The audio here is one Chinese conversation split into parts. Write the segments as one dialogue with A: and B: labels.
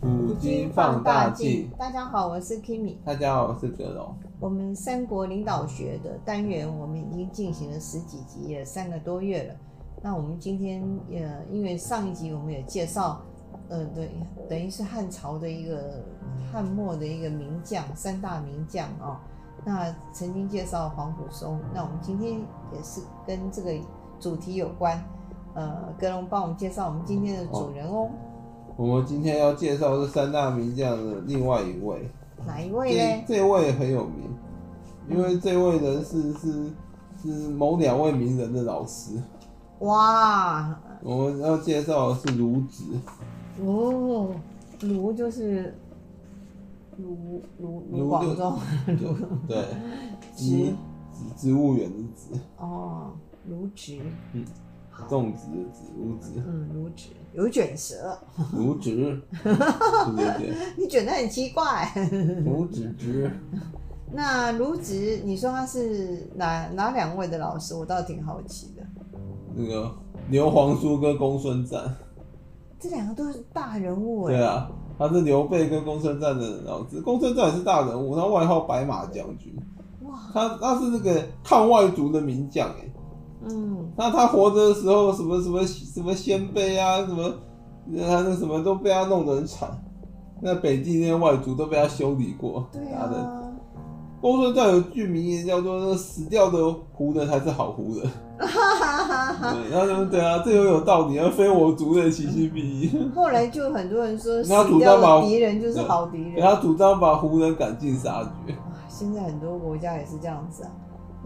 A: 古今放大镜。
B: 大家好，我是 Kimi。
A: 大家好，我是哲龙。
B: 我们三国领导学的单元，我们已经进行了十几集，也三个多月了。那我们今天呃，因为上一集我们也介绍，呃，对，等于是汉朝的一个呃汉末的一个名将，三大名将哦。那曾经介绍黄甫松，那我们今天也是跟这个呃主题有关。呃，格隆帮我们介绍我们今天的主人
A: 哦
B: 翁，
A: 我们今天要介绍这三大名将的另外一位，
B: 哪一位
A: 这
B: 嘞？
A: 这位很有名，因为这位人是是是某两位名人的老师。
B: 哇，
A: 我们要介绍的是孺子，
B: 哦，卢就是卢卢
A: 卢
B: 卢广
A: 就嗯
B: 仲，
A: 对对，
B: 植
A: 植植植物园的植，
B: 哦，卢植，
A: 嗯
B: 好，
A: 种植的植，孺子，
B: 嗯，卢植有卷舌，
A: 孺子， 对对
B: 你卷得很奇怪。
A: 对，孺子之。
B: 那卢植，你说他是哪哪两位的老师？我倒挺好奇的。
A: 那个刘皇叔跟公孙瓒，
B: 这两个都是大人物哎、
A: 对啊，他是刘备跟公孙瓒的老师，公孙瓒也是大人物，他外号白马将军，
B: 哇，
A: 他他是那个抗外族的名将哎、
B: 嗯，
A: 那他活着的时候什么什么什么鲜卑啊，什么他那什么都被他弄得很惨，那北地那些外族都被他修理过，
B: 对
A: 打的。
B: 啊，
A: 公孙瓒有句名言叫做“那死掉的胡人才是好胡人”，
B: 哈哈哈哈。
A: 对，然后他们对啊，这又有道理，而非我族人其 心必异。
B: 后来就很多人说，死
A: 那主
B: 掉
A: 张把
B: 的敌人就是好敌
A: 给
B: 人。
A: 他主张把胡人赶尽杀绝。
B: 啊，现在很多国家也是这样子啊，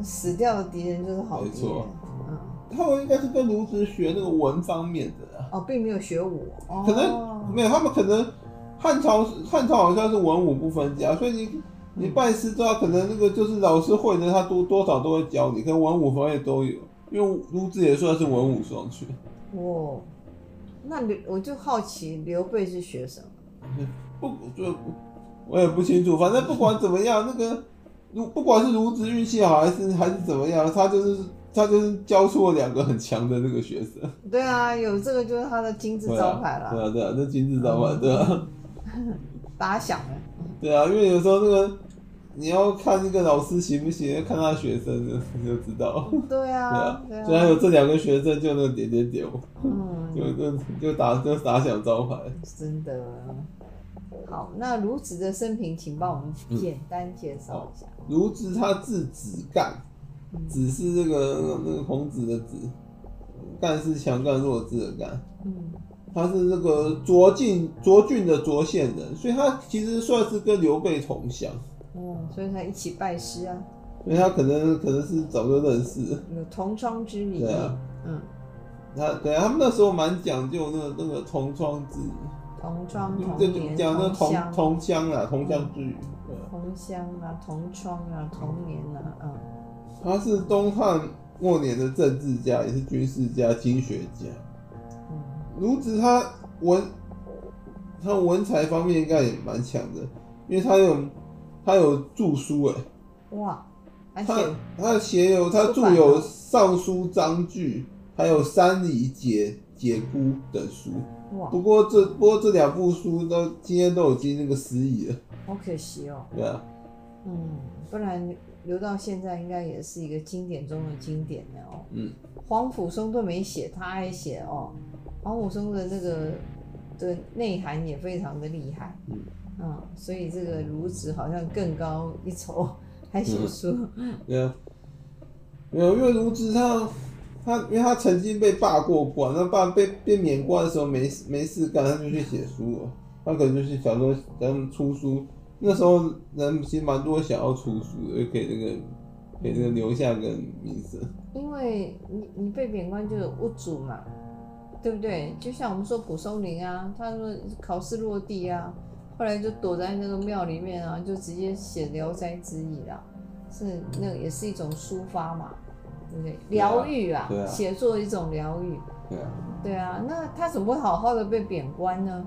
B: 死掉的敌人就是好
A: 没
B: 敌人
A: 错。
B: 嗯，
A: 他们应该是跟卢植学那个文方面的啊，
B: 哦，并没有学武，哦、
A: 可能没有，他们可能汉朝汉朝好像是文武不分家，所以你你拜师之后，可能那个就是老师会的，他多多少都会教你，可能文武方面都有，因为卢植也算是文武双全，
B: 哦，那刘我就好奇刘备是学什么？
A: 不就我也不清楚，反正不管怎么样，那个如不管是卢植运气好还是还是怎么样，他就是他就是教出了两个很强的那个学生。
B: 对啊，有这个就是他的金字招牌
A: 对
B: 了，
A: 啊，对啊，那金字招牌，对啊，
B: 打响了。
A: 对啊，因为有时候那个你要看那个老师行不行，要看他学生 的你就知道。
B: 对
A: 对啊
B: 啊，，对
A: 虽然
B: 啊，
A: 有这两个学生，就那个点点点，
B: 嗯，
A: 就就就打就打响招牌。
B: 真的。好，那孺子的生平，请帮我
A: 嗯
B: 们简单介绍一下。
A: 孺子他字子干，
B: 嗯
A: 子是那个那个孔子的子，干是强干弱智的干。
B: 嗯
A: 他是那个涿郡涿郡的涿县人，所以他其实算是跟刘备同乡，
B: 哦，所以才一起拜师啊，
A: 所以他可能可能是早就认识了。
B: 有同窗之谊
A: 对。啊
B: 嗯，
A: 他对啊他们那时候蛮讲究那个那个同窗之谊，
B: 同窗同
A: 就
B: 年
A: 嗯讲那
B: 同
A: 同
B: 乡嗯
A: 同乡啦，同乡之谊。对啊
B: 同乡啊，同窗啊，同年啊，嗯，
A: 他是东汉末年的政治家，也是军事家、经学家。
B: 嗯
A: 孺子他文他文采方面应该也蛮强的，因为他有他有著书哎、
B: 哇，而且
A: 他他写有他著有《尚书章句》，还有《三礼解解孤》等书。
B: 哇，
A: 不过这不过这两部书都今天都已经那个失忆了，
B: 好可惜哦，
A: 对啊，
B: 嗯，不然留到现在应该也是一个经典中的经典了哦。
A: 嗯，
B: 黄甫松都没写，他还写哦，黄甫松的那个的内涵也非常的厉害，
A: 嗯
B: 嗯，所以这个孺子好像更高一筹，
A: 嗯
B: 还写书，
A: 对啊，没有，因为卢植他他因为他曾经被罢过官，那罢被被免官的时候没事没事干，他就去写书了，他可能就是想说想出书，那时候人其实蛮多想要出书的，给那个给那个留下个名声，
B: 因为你你被贬官就有物主嘛，对不对？就像我们说蒲松龄啊，他说考试落地啊，后来就躲在那个庙里面啊，就直接写《聊斋志异》啦，啊是那也是一种抒发嘛，对不对？
A: 对啊
B: 疗愈啊，
A: 对啊
B: 写作一种疗愈。
A: 对啊。
B: 对啊，那他怎么会好好的被贬官呢？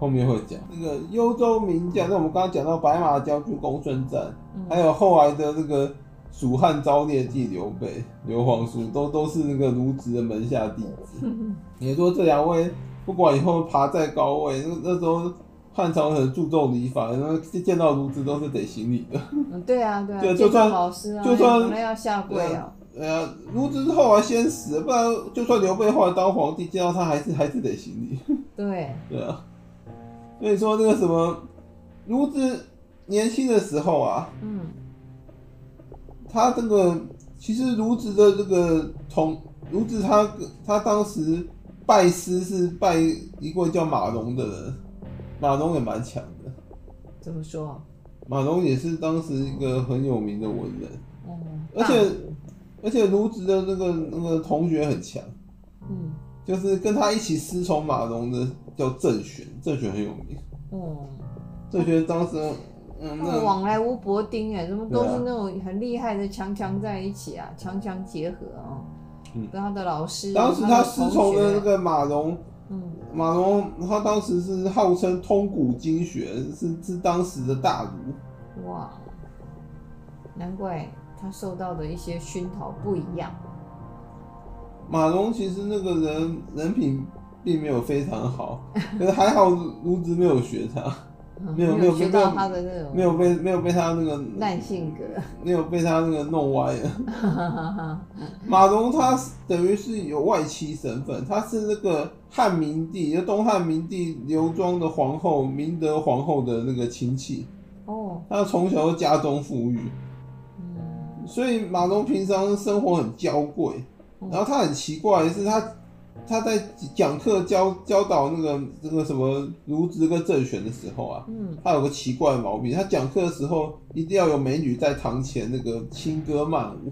A: 后面会讲那个幽州名将，那我们刚刚讲到白马将军公孙瓒，
B: 嗯
A: 还有后来的那个蜀汉昭烈帝刘备、刘皇叔，都都是那个孺子的门下弟子。你说这两位不管以后爬在高位，那那时候汉朝很注重礼法，然后见到炉子都是得行礼的。
B: 嗯，对啊，对啊，
A: 对
B: 见
A: 就算
B: 到老师啊，
A: 就算
B: 本来要下跪啊，
A: 哎呀，炉子是后来先死，不然就算刘备后来当皇帝，见到他还是还是得行礼。
B: 对，
A: 对啊，所以说那个什么，孺子年轻的时候啊，
B: 嗯
A: 他这个其实孺子的这个从孺子他他当时拜师是拜一个叫马融的人，马融也蛮强的，
B: 怎么说？
A: 马融也是当时一个很有名的文人，
B: 嗯，
A: 而且
B: 大鼓
A: 而且孺子的那个那个同学很强，
B: 嗯
A: 就是跟他一起师从马融的叫郑玄，郑玄很有名，
B: 嗯，
A: 郑玄当时嗯
B: 那
A: 那
B: 种。往来无薄丁哎，怎么
A: 对
B: 都
A: 啊
B: 是那种很厉害的强强在一起啊，强强结合啊，
A: 嗯
B: 跟他的老师，啊
A: 当时
B: 他
A: 他
B: 的
A: 师
B: 同
A: 从的
B: 学啊
A: 那个马融，
B: 嗯
A: 马融他当时是号称通古经学，是是当时的大儒。
B: 嗯哇，难怪他受到的一些熏陶不一样。
A: 马融其实那个人人品并没有非常好， 可是还好儒子没有学他，
B: 嗯
A: 没有没有
B: 学
A: 没有
B: 到他的那种
A: 没有被没有被他那个
B: 烂性格，
A: 没有被他那个弄歪了。
B: 哈哈哈。
A: 马融他等于是有外戚身份，他是那个汉明帝，就东汉明帝刘庄的皇后明德皇后的那个亲戚，
B: 哦，
A: 他从小就家中富裕。
B: 嗯，
A: 所以马龙平常生活很娇贵，
B: 嗯
A: 然后他很奇怪的是他他在讲课教教导那个那个什么孺子跟郑玄的时候啊，
B: 嗯，
A: 他有个奇怪的毛病，他讲课的时候一定要有美女在堂前那个轻歌曼舞，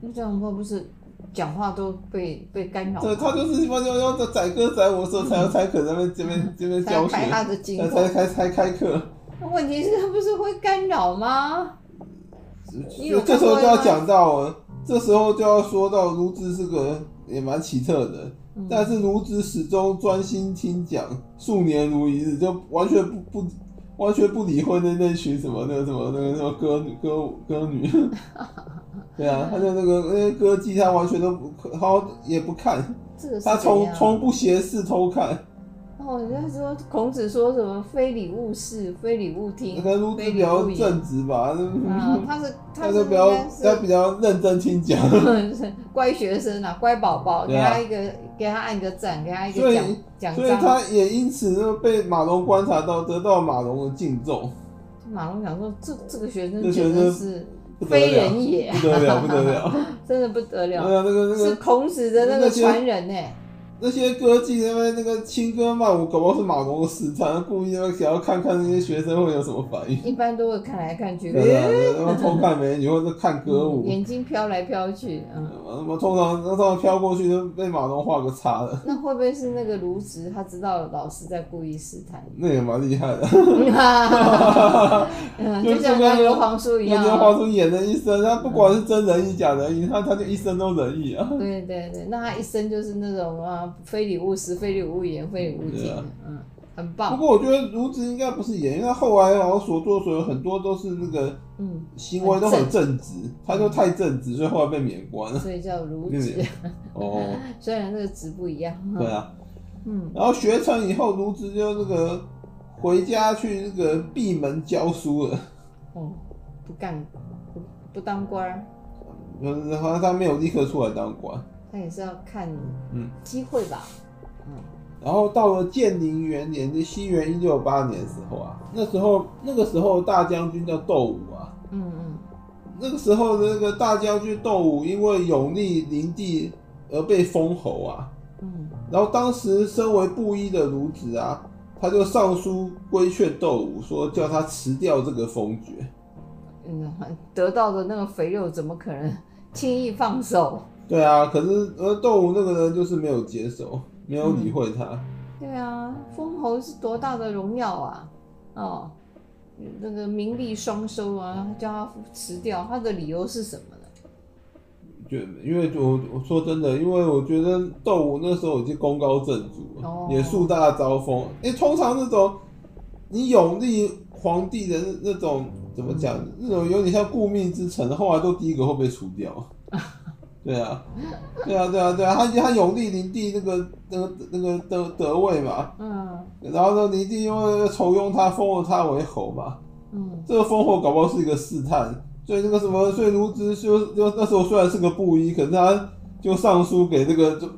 B: 那这样会不是讲话都被被干扰吗？
A: 对他就是要要要载歌载舞的时候才要才可能在那边这边这边
B: 嗯才
A: 教学，
B: 排他的精
A: 才才
B: 华。
A: 才才开课，
B: 那问题是，不是会干扰吗？你有
A: 就这时候就要
B: 看过吗
A: 讲到了，这时候就要说到孺子是个也蛮奇特的人。
B: 嗯
A: 但是孺子始终专心听讲，数年如一日，就完全不不完全不理会那那群什么那个什么那个什么歌女歌歌 女，对啊，他就那个那些歌姬，他完全都不他也不看，
B: 这个是
A: 他
B: 怎
A: 从
B: 样
A: 从不斜视偷看，
B: 哦，人家说孔子说什么“非礼勿视，非礼勿听
A: 那个孺，子
B: 非
A: 比
B: 礼
A: 较
B: 勿言
A: 正直吧，”。
B: 啊，他是他
A: 他
B: 是
A: 就
B: 应
A: 比较
B: 该是
A: 他比较认真听讲，
B: 乖学生啊，乖宝宝，给
A: 对啊
B: 他一个，给他按个赞，给他一
A: 所
B: 个
A: 以
B: 奖奖
A: 所以
B: 章。
A: 他也因此就被马龙观察到，得到马龙的敬重，
B: 马龙想说，这这个学生
A: 这学
B: 简
A: 生
B: 直是
A: 不得
B: 非
A: 了，
B: 人也，
A: 不得了，不得了。
B: 真的不得
A: 对
B: 了，
A: 啊，那个那
B: 是
A: 个
B: 孔子的那
A: 那
B: 个
A: 些
B: 传人呢。
A: 那些歌妓那边那个轻歌曼舞，搞不好是马龙的时长，故意那边想要看看那些学生会有什么反应。
B: 一般都会看来看去，嗯
A: 对啊，对啊然后偷看美女或者看歌舞，
B: 眼睛飘来飘去，嗯，
A: 那么通常那他们飘过去都被马龙画个叉了，
B: 那会不会是那个卢植他知道老师在故意试探？
A: 那也蛮厉害的。
B: 嗯，就像跟刘皇叔一
A: 那
B: 样
A: 天
B: 啊，
A: 华叔演的一生，他不管是真人艺假人艺，他他就一生都人艺啊。
B: 对对对，那他一生就是那种啊，非礼勿视，非礼勿言，非礼勿
A: 对
B: 听
A: 啊，
B: 嗯，很
A: 不
B: 棒，
A: 过我觉得孺子应该不是演，因为他后来好像所作所有很多都是那个
B: 嗯，
A: 行为都很正直，他就太正直，所以后来被免官了。
B: 所以叫卢
A: 对
B: 植
A: 对，哦，
B: 虽然那个值不一样，
A: 对啊。
B: 嗯，
A: 然后学成以后，孺子就那个回家去那个闭门教书了。
B: 哦，不干不不当官儿，
A: 嗯，然后他没有立刻出来当官。
B: 他也是要看
A: 嗯
B: 机会吧，嗯
A: 然后到了建宁元年，就西元一六八年的时候啊，那时候那个时候大将军叫窦武啊，
B: 嗯嗯。
A: 那个时候的那个大将军窦武因为永历灵帝而被封侯啊。
B: 嗯
A: 然后当时身为布衣的孺子啊，他就上书规劝窦武说，叫他辞掉这个封爵。
B: 嗯，得到的那个肥肉怎么可能轻易放手？
A: 对啊，可是呃，窦武那个人就是没有接手，没有理会他。
B: 对啊，封侯是多大的荣耀啊！哦，那个名利双收啊，叫他辞掉，他的理由是什么呢？
A: 就因为我我说真的，因为我觉得窦武那时候已经功高震主了，
B: 哦
A: 也树大招风。哎、通常那种你永历皇帝的那那种怎么讲，那种有点像顾命之臣，后来都第一个会被除掉。对啊，对啊，对啊，对啊，他他永历灵帝那个那个那个德德位嘛，
B: 嗯
A: 然后呢，灵帝因为仇庸他封了他为侯嘛，
B: 嗯
A: 这个烽火搞不好是一个试探，所以那个什么，所以卢植就就那时候虽然是个布衣，可是他就上书给这个，就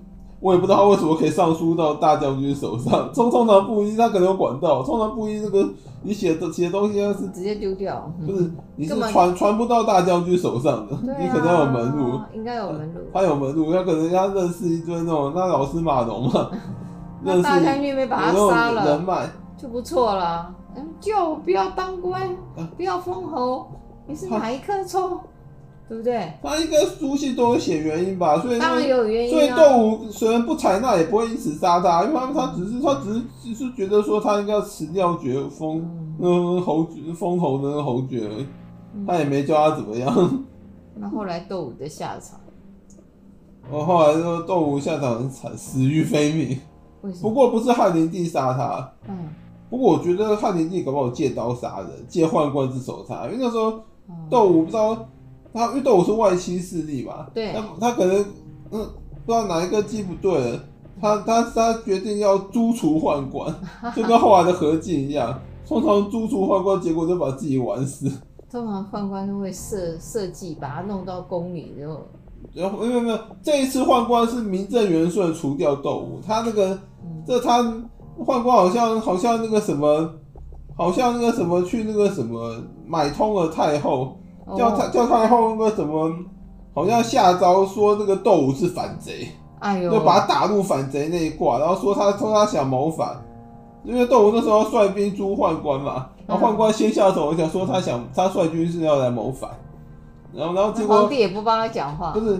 A: 我也不知道他为什么可以上书到大将军手上。通通常布衣他可能有管道，通常布衣这个你写的写的东西要是
B: 直接丢掉，嗯
A: 不是你是
B: 根本
A: 传传不到大将军手上的，
B: 对啊
A: 你可能要有门路。，
B: 应该有门路。
A: 他有门路，他可能要认识一堆那种那老师马龙嘛，认
B: 那
A: 识
B: 大
A: 有
B: 将军被把
A: 那
B: 他
A: 种
B: 杀
A: 人
B: 了
A: 脉。
B: 就不错了，嗯，就不要当官，
A: 啊
B: 不要封侯，你是哪一颗葱，对不对？
A: 他应该书信都有写原因吧，所以
B: 当然有原
A: 所以
B: 因啊。
A: 窦武虽然不采纳，也不会因此杀他，因为他他只是他只是只是觉得说他应该辞掉爵封
B: 嗯
A: 嗯侯爵封侯的那个侯爵而已，
B: 嗯
A: 他也没教他怎么样。
B: 那后来窦武的下场
A: 我后来说窦武下场很惨，死于非命。
B: 为什
A: 不
B: 么？
A: 过不是汉灵帝杀他，
B: 嗯
A: 不过我觉得汉灵帝搞不好借刀杀人，借宦官之手杀，因为那时候
B: 嗯
A: 窦武不知道他，因为窦武是外戚势力嘛，
B: 对
A: 他他可能嗯不知道哪一个鸡不对了，他他他决定要诛除宦官， 就跟后来的何进一样，通常诛除宦官，结果就把自己玩死。
B: 通常宦官都会设设计把他弄到宫里，然后
A: 然后没有没有，这一次宦官是名正言顺地除掉窦武，他那个
B: 嗯
A: 这他宦官好像好像那个什么，好像那个什么去那个什么买通了太后。叫太
B: 哦
A: 叫太后那个什么，好像下诏说那个窦武是反贼，
B: 哎呦，
A: 就把他打入反贼那一挂，然后说他说他想谋反，因为窦武那时候率兵诛宦官嘛，然后宦官先下手，想说他想他率军是要来谋反，然后然后结
B: 那
A: 果
B: 皇帝也不帮他讲话
A: 不，是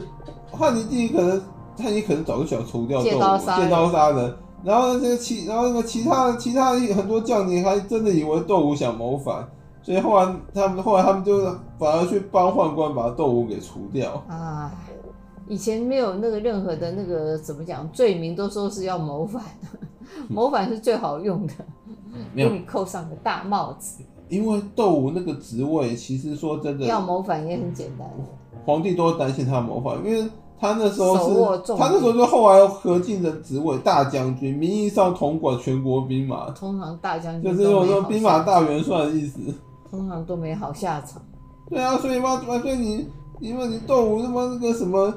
A: 汉灵帝可能汉灵帝可能早就想除掉窦武，
B: 借刀杀人
A: 借刀杀人。然后这个其，然后那个其他其他很多将领还真的以为窦武想谋反，所以后来他们后来他们就反而去帮宦官把窦武给除掉。
B: 啊，以前没有那个任何的那个怎么讲罪名，都说是要谋反，谋反是最好用的，
A: 嗯没
B: 给
A: 有
B: 你扣上个大帽子。
A: 因为窦武那个职位，其实说真
B: 要
A: 的，
B: 谋反也很简单，
A: 皇帝都担心他谋反，因为他那时候
B: 手握
A: 是
B: 重
A: 他那时候
B: 兵
A: 就后来何进的职位大将军，名义上统管全国兵马，
B: 通常大将
A: 就
B: 军
A: 是那
B: 嗯都
A: 种
B: 没
A: 说
B: 好
A: 兵马
B: 下，
A: 大元帅的意思。
B: 通常都没好下场。
A: 对啊，所以嘛，嘛，所以你，因为你窦武他妈那个什么，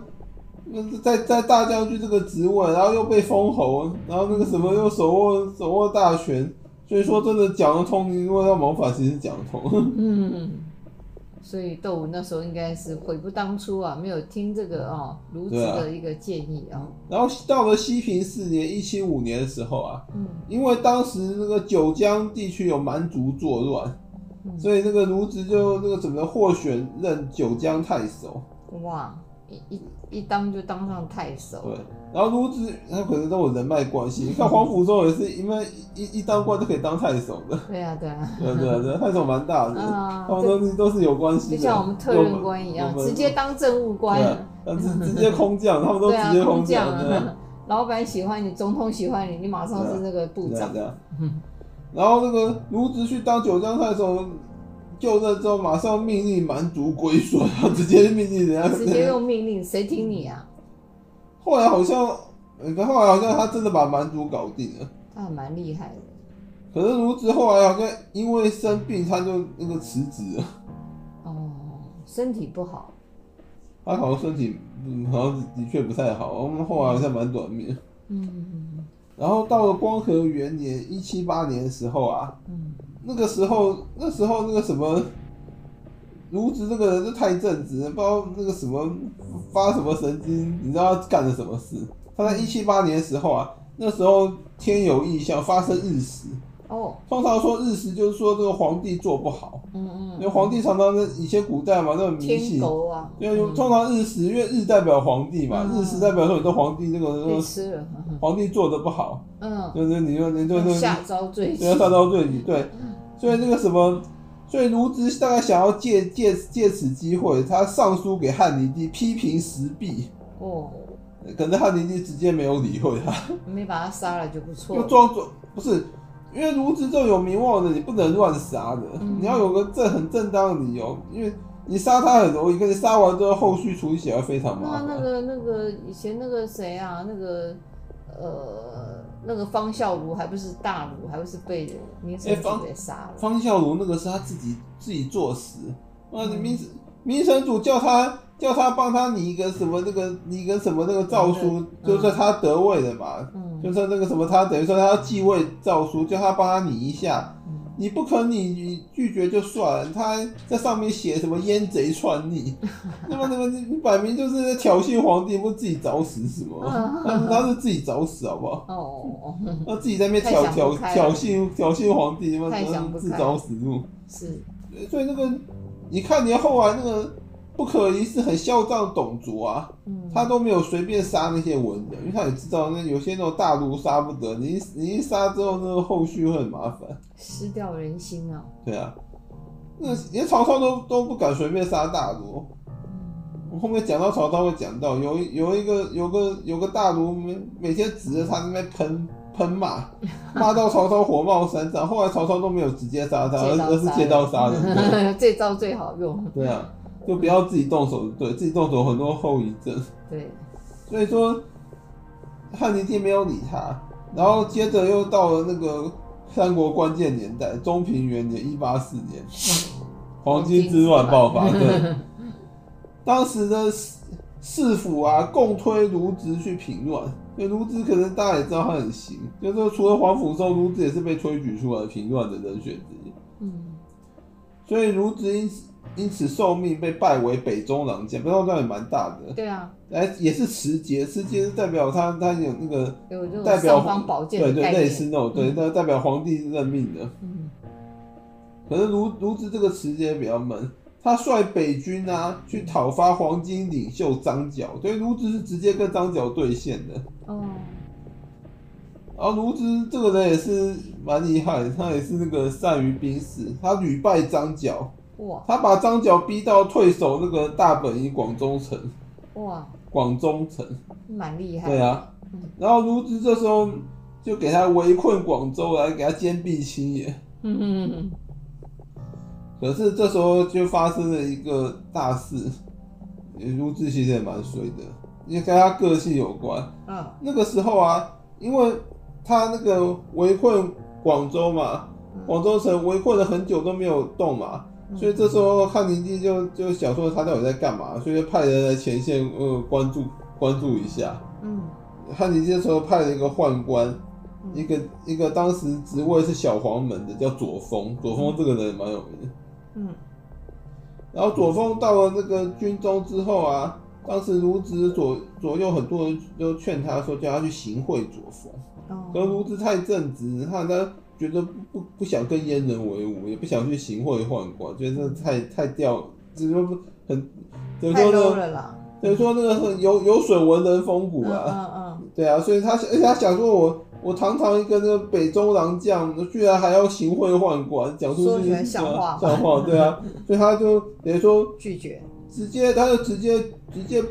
A: 那在在大将军这个职位，然后又被封侯，然后那个什么又手握手握大权，所以说真的讲得通。你如果要谋反，其实讲得通。
B: 嗯，所以窦武那时候应该是悔不当初啊，没有听这个哦卢植
A: 对啊
B: 的一个建议哦。
A: 然后到了西平四年（一七五年）的时候啊，
B: 嗯
A: 因为当时那个九江地区有蛮族作乱，
B: 嗯，
A: 所以那个卢植就那个什么获选任九江太守。
B: 哇，一一一当就当上太守，
A: 对，然后卢植他可能都有人脉关系，你看黄甫洲也是因为一一一当官就可以当太守的，
B: 对啊对啊，
A: 对对对，太守蛮大的，
B: 啊
A: 他，们
B: 这
A: 都是都是有关系
B: 就
A: 的，
B: 像我们特任官一样
A: 有，门
B: 直接当政务官
A: 对，啊直直接空降，他们都
B: 对啊
A: 直，接
B: 空降
A: 降，对啊
B: 啊， 老板喜欢你，总统喜欢你，你马上是那个 部
A: 对啊
B: 长，
A: 对啊。然后那个卢植去当九江太守就任之后，马上命令蛮族归顺，直接命令人家
B: 直接用命令，谁听你啊？
A: 后来好像，呃后来好像他真的把蛮族搞定了。
B: 他还蛮厉害的
A: 可是卢植后来好像因为生病，他就那个辞职了。
B: 哦，身体不好，
A: 他好像身体，嗯，好像的确不太好。我们后来好像蛮短命。
B: 嗯
A: 然后到了光和元年一七八年的时候啊，
B: 嗯
A: 那个时候那时候那个什么，卢植那个人就太正直，不知道那个什么发什么神经，你知道他干了什么事？他在一七八年的时候啊，那时候天有异象，发生日食。
B: 哦
A: 通常说日食就是说这个皇帝做不好。
B: 嗯
A: 因为
B: 嗯，
A: 皇帝常常是以前古代嘛，那种迷
B: 天
A: 信，
B: 狗啊，
A: 因为
B: 嗯
A: 通常日食，因为日代表皇帝嘛，
B: 嗯
A: 日食代表说你的皇帝那个那
B: 被
A: 个
B: 吃了，
A: 皇帝做的不好，
B: 嗯，
A: 就是你就你就
B: 嗯
A: 就
B: 下招罪
A: 就要
B: 行，
A: 上到罪己，对，
B: 嗯
A: 所以那个什么，所以卢植大概想要借借借此机会，他上书给汉灵帝批评石壁，
B: 哦，
A: 可能汉灵帝直接没有理会他，
B: 没把他杀了就不错
A: 就
B: 了，
A: 装作不是。因为卢植这种有名望的，你不能乱杀的，
B: 嗯
A: 你要有个正很正当的理由。因为你杀他很容易，可是杀完之后后续处理起来非常麻
B: 那
A: 烦。
B: 那个那个以前那个谁啊，那个呃那个方孝孺还不是大儒，还不是被人明成
A: 哎
B: 祖
A: 方
B: 给杀了？
A: 方孝孺那个是他自己自己作死，啊，
B: 嗯
A: 明明神主叫他叫他帮他拟一个什么那个拟一个什么那个诏书，
B: 嗯对
A: 就算他得位了嘛，就
B: 嗯
A: 算那个什么他等于说他要继位诏书，叫他帮他拟一下，
B: 嗯，
A: 你不肯拟，你拒绝就算了，他还在上面写什么阉贼篡逆， 那么那么你你摆明就是在挑衅皇帝，不是自己找死是
B: 嗯
A: 吗？他他是自己找死好不好？
B: 哦，
A: 他自己在那边
B: 太
A: 挑
B: 想不
A: 挑
B: 开了
A: 挑衅挑衅皇帝，他妈
B: 太想不
A: 自
B: 开
A: 找死路。
B: 是，
A: 所以那个，你看你后来那个不可一世很嚣张的董卓啊，
B: 嗯，
A: 他都没有随便杀那些文人，因为他也知道那有些那种大儒杀不得，你一你一杀之后，那个后续会很麻烦。
B: 失掉人心啊，
A: 对啊，那连曹操都都不敢随便杀大儒。
B: 嗯
A: 我后面讲到曹操会讲到，有一有一个有个有个大儒每每天指着他那边喷喷 骂，骂到曹操火冒三丈。后来曹操都没有直接杀他，而而是借刀杀人。 对
B: 这招最好用，
A: 对啊，就不要自己动手，对自己动手很多后遗症。
B: 对，
A: 所以说，汉灵帝没有理他，然后接着又到了那个三国关键年代，中平元年一八四年，黄巾之乱爆发。 对，当时的市市府啊，共推卢植去平乱。所以卢植可能大家也知道他很行，就是说除了黄甫之后，卢植也是被推举出来平乱的人选之一。
B: 嗯
A: 所以卢植因此因此受命被拜为北中郎将，北中郎将也蛮大的，
B: 对啊，
A: 哎，也是持节，持节是代表他他有那个
B: 有这种
A: 代表
B: 尚方宝剑
A: 对
B: 的
A: 对
B: 概
A: 类似
B: 念，
A: 那种对，那代表皇帝任命的。
B: 嗯
A: 可是卢卢植这个持节比较闷，他率北军啊
B: 嗯
A: 去讨伐黄巾领袖张角，所以卢植是直接跟张角对线的。
B: 哦，
A: 然后卢植这个人也是蛮厉害的，他也是那个善于兵事，他屡败张角，
B: 哇
A: 他把张角逼到退守那个大本营广州城。
B: 哇，
A: 广州城，
B: 蛮厉害，
A: 对啊
B: 嗯，
A: 然后卢植这时候就给他围困广州，来给他坚壁清野。
B: 嗯，嗯嗯
A: 可是这时候就发生了一个大事， 卢植其实也蛮衰的，也跟他个性有关。
B: 嗯嗯
A: 那个时候啊，因为他那个围困广州嘛，广州城围困了很久都没有动嘛，
B: 嗯
A: 所以这时候汉灵帝就就想说他到底在干嘛，所以就派人来前线呃关注关注一下。
B: 嗯
A: 汉景帝这时候派了一个宦官，
B: 嗯
A: 一个一个当时职位是小黄门的，叫左峰。左峰这个人也蛮有名的。
B: 嗯
A: 然后左峰到了那个军中之后啊，当时卢植左左右很多人都劝他说，叫他去行贿左峰。
B: 哦，
A: 可是卢植太正直，他他觉得不不不想跟阉人为伍，也不想去行贿宦官，觉得太太掉，就是说不很，等于
B: 太
A: 说
B: low
A: 呢，
B: 了啦，
A: 等于说那个很有有损文人风骨
B: 嗯
A: 啊。
B: 嗯
A: 对啊，所以他而且他想说我我堂堂一个那个北周郎将，居然还要行贿宦官，讲出
B: 说
A: 这
B: 起来
A: 些
B: 像话吗
A: 像话，对啊，所以他就等于说
B: 嗯，拒绝，
A: 直接，他就直接直接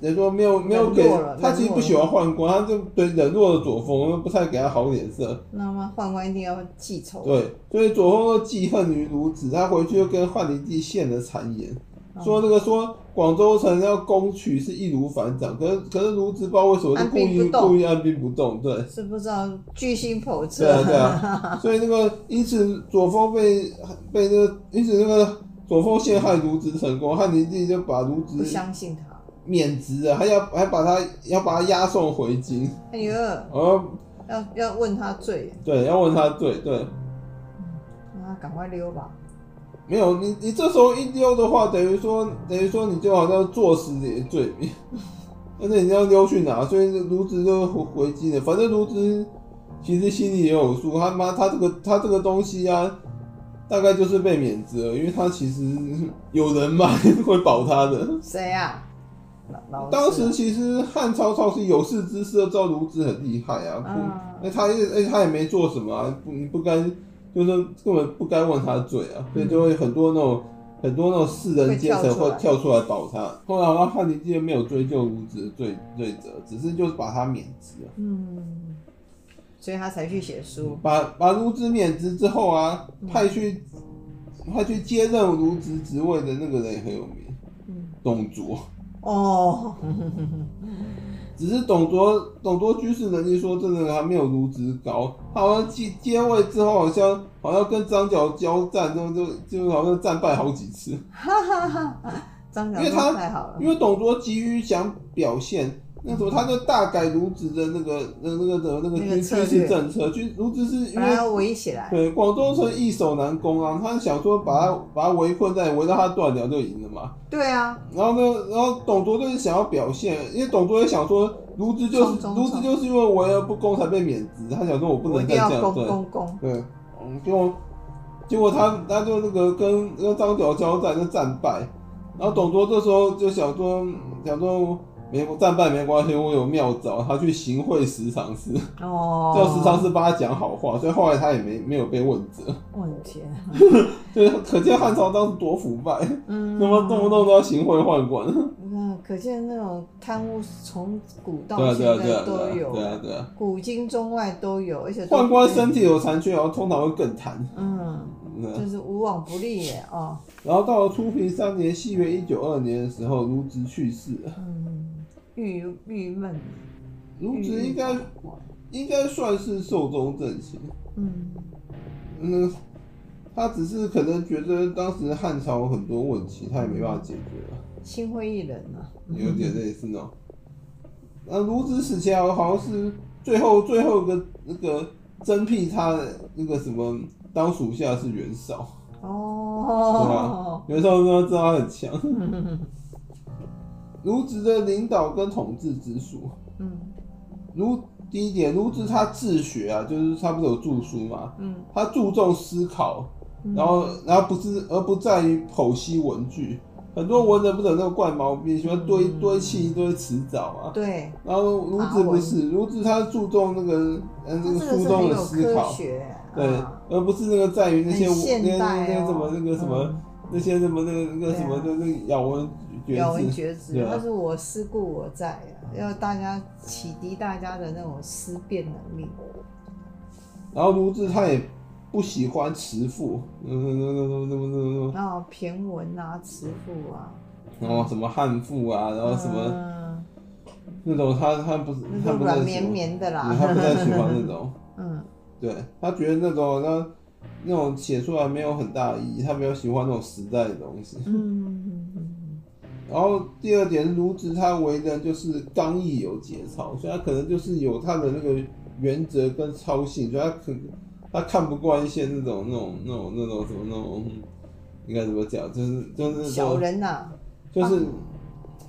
A: 等于说没有没有给
B: 冷落了
A: 他其实不喜欢宦官，他就对冷落了左峰，不太给他好脸色，
B: 那么宦官一定要记仇，
A: 对，所以左峰就记恨于孺子，他回去就跟汉灵帝献了谗言。
B: 嗯，
A: 说那个说广州城要攻取是易如反掌，可是可是卢植不知道为什么就
B: 按
A: 故
B: 兵
A: 意
B: 不动
A: 故意按兵不动，对，
B: 是不知道居心叵测，
A: 对啊，对啊，所以那个因此左峰被被那个因此那个左峰陷害卢植成功，汉灵帝就把卢
B: 不
A: 植
B: 相信他，
A: 免职啊了，还要还把他要把他押送回京，
B: 哎呦，
A: 然后
B: 要要问他罪，
A: 对要问他对对，
B: 让他赶快溜吧，
A: 没有你你这时候一溜的话，等于说等于说你就好像坐实你的罪名， 而且你要溜去哪，所以卢植就回回京了，反正卢植。其实心里也有数，他妈他这个他这个东西啊，大概就是被免职了，因为他其实有人买 会保他的。
B: 谁啊？老老啊子
A: 当时其实汉朝朝廷有识之士都知道卢植很厉害啊，
B: 啊
A: 不，那、他也哎他也没做什么啊，不你不该就是根本不该问他罪啊，所以就会很多那种。很多那种士人阶层会
B: 会
A: 跳出来保他，后来好像汉灵帝没有追究卢植的罪罪责，只是就是把他免职了。
B: 嗯，所以他才去写书，
A: 把把卢植免职之后啊，派去他去接任卢植职位的那个人也很有名，
B: 嗯，
A: 董卓。
B: 哦，
A: 只是董卓，董卓军事能力说真的还没有卢植高。他好像接接位之后，好像好像跟张角交战，就就就好像战败好几次。
B: 哈哈哈，张角
A: 因为
B: 说
A: 他
B: 太好了
A: 因，为董卓急于想表现，那时候他就大改卢植的那个那那个的那个
B: 那个
A: 军
B: 策
A: 军
B: 略
A: 事政策。军卢植是因
B: 把他
A: 为
B: 围起来，
A: 对广州城易守难攻啊，他想说把他把他围困在围到他断粮就赢了嘛。
B: 对啊，
A: 然后呢，然后董卓就是想要表现，因为董卓也想说，卢植就是
B: 从中
A: 卢植
B: 从
A: 就是因为为而不攻才被免职，他想说我不
B: 我一
A: 能再
B: 定要
A: 这样
B: 攻
A: 对
B: 攻攻，
A: 对，嗯，结果结果他他就那个跟跟张角交战就战败，然后董卓这时候就想说嗯想说没战败没关系，我有妙招，他去行贿十常侍，
B: 哦，
A: 叫十常侍帮他讲好话，所以后来他也没没有被问责，
B: 我的天，
A: 对，可见汉朝当时多腐败，
B: 嗯，
A: 那么动不动都要行贿宦官。
B: 那可见那种贪污从古到
A: 对啊
B: 现
A: 对啊对
B: 在
A: 啊对
B: 都
A: 啊对啊
B: 有，
A: 对啊，
B: 古今中外都有，而且都
A: 宦官身体有残缺，然后通常会更贪。
B: 嗯，
A: 嗯，
B: 就是无往不利耶哦，
A: 然后到了初平三年，西元一九二年的时候，卢植去世了。
B: 嗯，郁郁闷，
A: 卢植应该应该算是寿终正寝。
B: 嗯
A: 嗯，他只是可能觉得当时汉朝很多问题，他也没办法解决了，
B: 心灰意冷啊，
A: 有点类似那种。那卢植死前好像是最后最后一个那个征辟他的那个什么当属下是袁绍，
B: 哦，
A: 袁绍他知道他很强。
B: 嗯
A: 卢植的领导跟统治之术，
B: 嗯
A: 卢第一点，卢植他治学啊，就是他不是有著书嘛，
B: 嗯，
A: 他注重思考，然后然后不是而不在于剖析文句。很多文人不是有那个怪毛病，喜欢堆
B: 嗯
A: 堆砌一堆词藻啊。
B: 对，
A: 然后卢植不是，卢植他注重那个嗯那
B: 他这个
A: 书
B: 是很
A: 中的
B: 有
A: 思
B: 科
A: 考，
B: 学，
A: 对
B: 啊，
A: 而不是那个在于那些
B: 很
A: 文那
B: 现代
A: 那那什么
B: 哦，
A: 那个什么
B: 嗯
A: 那些什么那个那个什么
B: 对啊
A: 的那个咬文嚼
B: 咬文
A: 字。
B: 嚼字
A: 对，啊
B: 他是我思故我在啊，要大家启迪大家的那种思辨能力。
A: 然后卢植他也不喜欢慈父，嗯嗯嗯嗯嗯嗯
B: 然后骈文啊、词赋啊，
A: 嗯，然后什么汉赋啊，然后什么
B: 么，
A: 那种他他不是
B: 嗯那
A: 他
B: 种
A: 不
B: 软
A: 太喜
B: 绵
A: 欢，
B: 绵的啦
A: 对，他不太喜欢 那种，
B: 嗯
A: 对他觉得那种那那种写出来没有很大意义，他比较喜欢那种时代的东西。
B: 嗯
A: 然后第二点，卢植他为人就是刚毅有节操，所以他可能就是有他的那个原则跟操性，所以他可他看不惯一些那种那种那种那种什么那种，应该怎么讲，就是就是
B: 嗯，
A: 那
B: 小
A: 种
B: 人呐，
A: 就是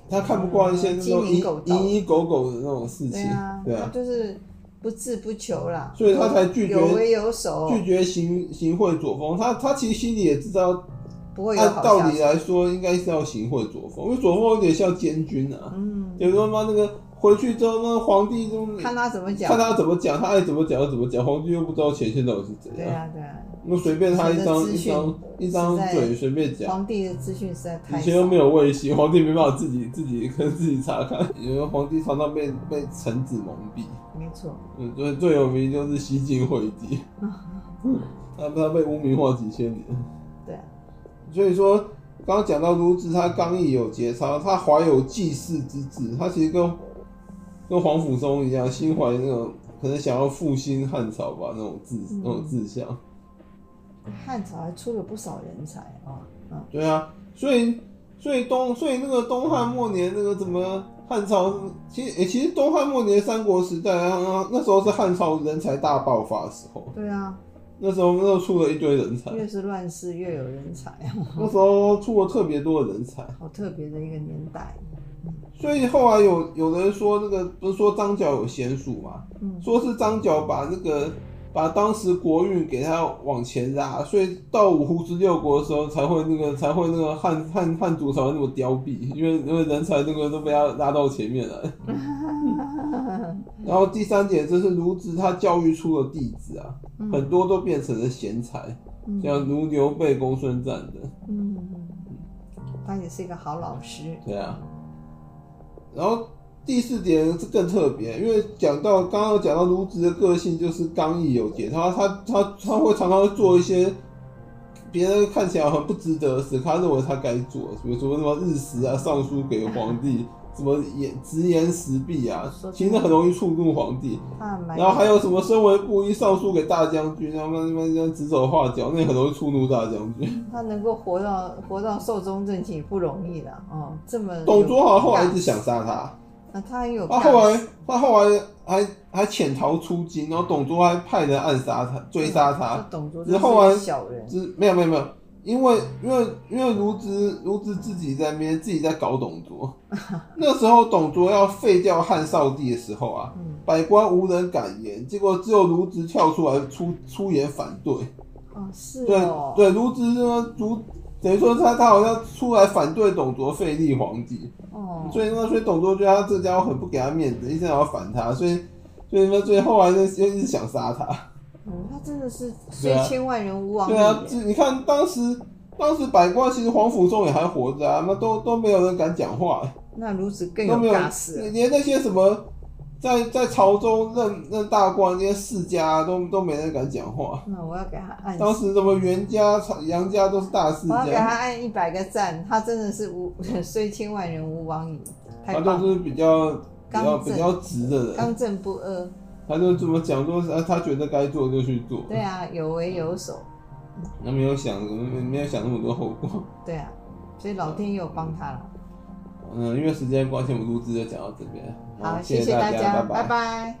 A: 他看不惯一些那种
B: 鸡鸣
A: 蝇
B: 嗯狗盗
A: 蝇营狗苟的那种事
B: 对
A: 情
B: 啊，，
A: 对
B: 他
A: 啊，
B: 就是不自不求啦，
A: 所以他才拒绝
B: 有为有守，
A: 拒绝行行贿左风，他他其实心里也知道，
B: 不会有
A: 按
B: 好
A: 道
B: 下
A: 理
B: 场。
A: 来说应该是要行贿左风，因为左风有点像监军啊，
B: 嗯，
A: 有时候妈那个回去之后，那皇帝就
B: 看他怎么讲
A: 嗯看。他怎么讲，他爱怎么讲就怎么讲，皇帝又不知道前线到底是怎
B: 对
A: 样，
B: 啊对啊，
A: 那随便他一张
B: 以
A: 一
B: 前的
A: 张一张
B: 实在
A: 嘴随便讲。
B: 皇帝的资讯实在太
A: 以
B: 少
A: 前。又没有卫星，皇帝没办法自己自己跟自己查看，因为皇帝常常被被臣子蒙蔽。
B: 没错，
A: 嗯，最最有名就是西晋惠 帝，嗯他他被污名化几千年。
B: 对啊，
A: 所以说，刚刚讲到卢植，他刚毅有节操，他怀有济世之志，他其实跟跟黄甫松一样，心怀那种可能想要复兴汉朝吧那种志、
B: 嗯
A: 那种志向。
B: 汉朝还出了不少人才啊，嗯，
A: 对啊，所以所以东所以那个东汉末年那个怎么汉朝，其实、诶其实东汉末年三国时代啊，那时候是汉朝人才大爆发的时候，
B: 对啊，
A: 那时候那时候出了一堆人才，
B: 越是乱世越有人才，
A: 那时候出了特别多的人才，
B: 好特别的一个年代。
A: 所以后来有有人说那个不是说张角有仙术嘛，
B: 嗯
A: 说是张角把那个把当时国运给他往前拉，所以到五胡十六国的时候才会那个才会那个汉汉汉族才会那么凋敝，因为因为人才那个都被他拉到前面来。然后第三点就是卢植他教育出了弟子啊，
B: 嗯
A: 很多都变成了贤才，像如刘备、公孙瓒的，
B: 嗯，他也是一个好老师。
A: 对啊。然后第四点是更特别，因为讲到刚刚有讲到卢植的个性就是刚毅有节，他他他他会常常做一些别人看起来很不值得的事，他认为他该做，比如说什么日食啊、上书给皇帝，什么言直言时弊啊
B: 说，
A: 其实很容易触怒皇帝。
B: 他蛮
A: 然后还有什么身为布衣上书给大将军，然后慢慢慢指手画脚，那也很容易触怒大将军。
B: 他能够活到活到寿终正寝也不容易了哦，这么
A: 董卓好像后来一直
B: 有
A: 想杀他，
B: 啊，他很有
A: 他
B: 干
A: 后来他后来还还潜逃出京，然后董卓还派人暗杀他，追杀他。
B: 这嗯董卓
A: 之后啊
B: 真是小人，
A: 只没有没有没有，因为因为因为卢植卢植自己在那边自己在搞董 卓。那时候董卓要废掉汉少帝的时候啊，
B: 嗯，
A: 百官无人敢言，结果只有卢植跳出来出出言反对。
B: 哦是
A: 对
B: 哦，
A: 对，卢植呢，卢等于说他他好像出来反对董卓废立皇帝。
B: 哦，
A: 所以呢，所以董卓觉得他这家伙很不给他面子，一直想要反他，所以所以呢，所以后来呢又一直想杀他。
B: 嗯，他真的是虽
A: 对啊
B: 千万人吾往矣
A: 对啊，这你看当时当时百官其实黄甫仲也还活着啊，那都都没有人敢讲话，
B: 那孺子更
A: 都没
B: 有
A: 有
B: 大事了，
A: 连那些什么在在潮州任任大官那些世家啊、都都没人敢讲话。
B: 那我要给他按，
A: 当
B: 我
A: 时什么袁家、杨家都是大世
B: 哎要给他
A: 家，
B: 按一百个赞，他真的是无 虽千万人吾往矣，太
A: 他
B: 棒了，
A: 就是比较比较
B: 刚
A: 比
B: 正
A: 较直的人，
B: 刚正不阿，
A: 他就这么讲说，啊他觉得该做就去做。
B: 对啊，有为有守，
A: 那没有想，没没有想那么多后果。
B: 对啊，所以老天也有帮他了。
A: 嗯，因为时间关系，我们录制就讲到这边。
B: 好，
A: 谢
B: 谢大
A: 大
B: 家，
A: 拜
B: 拜拜